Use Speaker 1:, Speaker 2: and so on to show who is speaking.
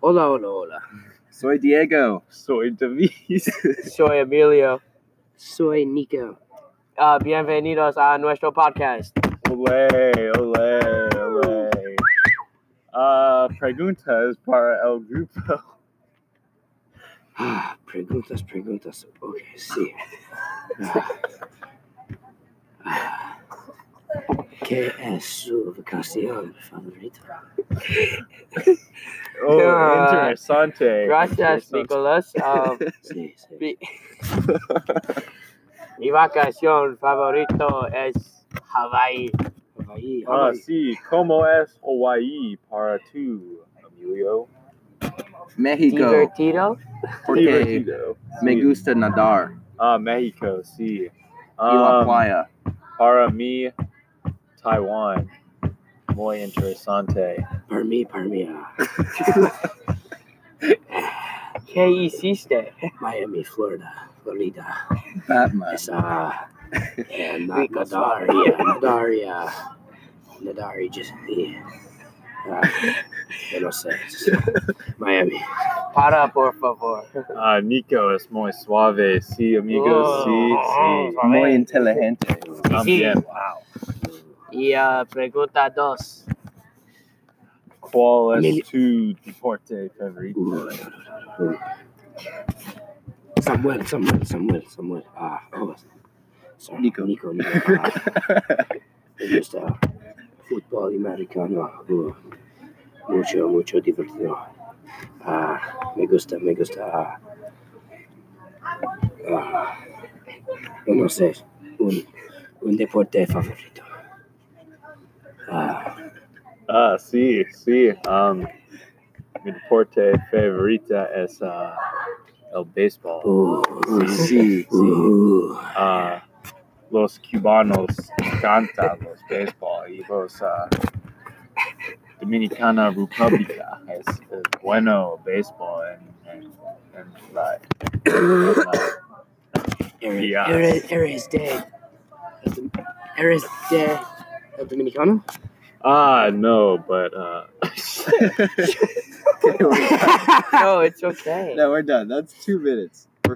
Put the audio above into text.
Speaker 1: Hola, hola, hola.
Speaker 2: Soy Diego.
Speaker 3: Soy David.
Speaker 4: Soy Emilio.
Speaker 1: Soy Nico.
Speaker 4: Ah, bienvenidos a nuestro podcast.
Speaker 3: Olé, olé, olé. Ah, preguntas para el grupo.
Speaker 1: Ah, preguntas, preguntas. Ok, sí. Ah. ¿Qué es su vacación favorita?
Speaker 3: Oh,
Speaker 4: Ah,
Speaker 3: interesante.
Speaker 4: Gracias,
Speaker 3: Interesante.
Speaker 4: Nicolás. Ah,
Speaker 1: Sí, sí.
Speaker 4: mi,
Speaker 3: Ah,
Speaker 4: mi vacación favorito es Hawái.
Speaker 1: Hawái.
Speaker 3: Ah,
Speaker 1: Hawái.
Speaker 3: sí. ¿Cómo es Hawaii para tú, Emilio?
Speaker 2: México.
Speaker 4: Divertido.
Speaker 2: Porque
Speaker 3: Divertido.
Speaker 2: me
Speaker 3: Sí.
Speaker 2: gusta nadar.
Speaker 3: Ah, México, sí.
Speaker 2: Y la
Speaker 3: Um,
Speaker 2: playa.
Speaker 3: para mí, Taiwán. Muy interesante.
Speaker 1: Para mí, para mí. ah,
Speaker 4: ¿Qué hiciste?
Speaker 1: Miami, Florida. Florida.
Speaker 2: Batman.
Speaker 1: Es ah, and uh, Nadaria. Nadaria. Nadari, just yeah. Ah, yo no sé. Miami.
Speaker 4: Para, por favor.
Speaker 3: Ah, Nico es muy suave. Sí, amigos.
Speaker 4: Oh,
Speaker 3: Sí, sí.
Speaker 4: oh,
Speaker 2: Muy
Speaker 4: suave.
Speaker 2: inteligente.
Speaker 3: También.
Speaker 4: Y ah, pregunta dos.
Speaker 3: ¿Cuál
Speaker 1: Mil-
Speaker 3: es tu deporte favorito?
Speaker 1: Samuel, Samuel, Samuel, Samuel. Ah, oh, sorry.
Speaker 2: Nico.
Speaker 1: Nico, Nico. Ah, me gusta fútbol americano. Uh, mucho, mucho divertido. Ah, me gusta, me gusta. Ah, ah, yo no sé, un, un deporte favorito. Ah,
Speaker 3: Ah, sí, sí. Um, mi deporte favorita es ah, el béisbol.
Speaker 1: uh, uh,
Speaker 2: Sí, sí.
Speaker 1: uh.
Speaker 3: Ah, los cubanos cantan los béisbol y los ah, Dominicana República es, es bueno béisbol en, en, en la,
Speaker 1: uh.
Speaker 3: en la-
Speaker 1: Eres,
Speaker 3: Yeah.
Speaker 1: eres, eres de. Eres de. El dominicano?
Speaker 3: Ah, no, but uh,
Speaker 4: No, it's okay.
Speaker 2: No, we're done. That's two minutes.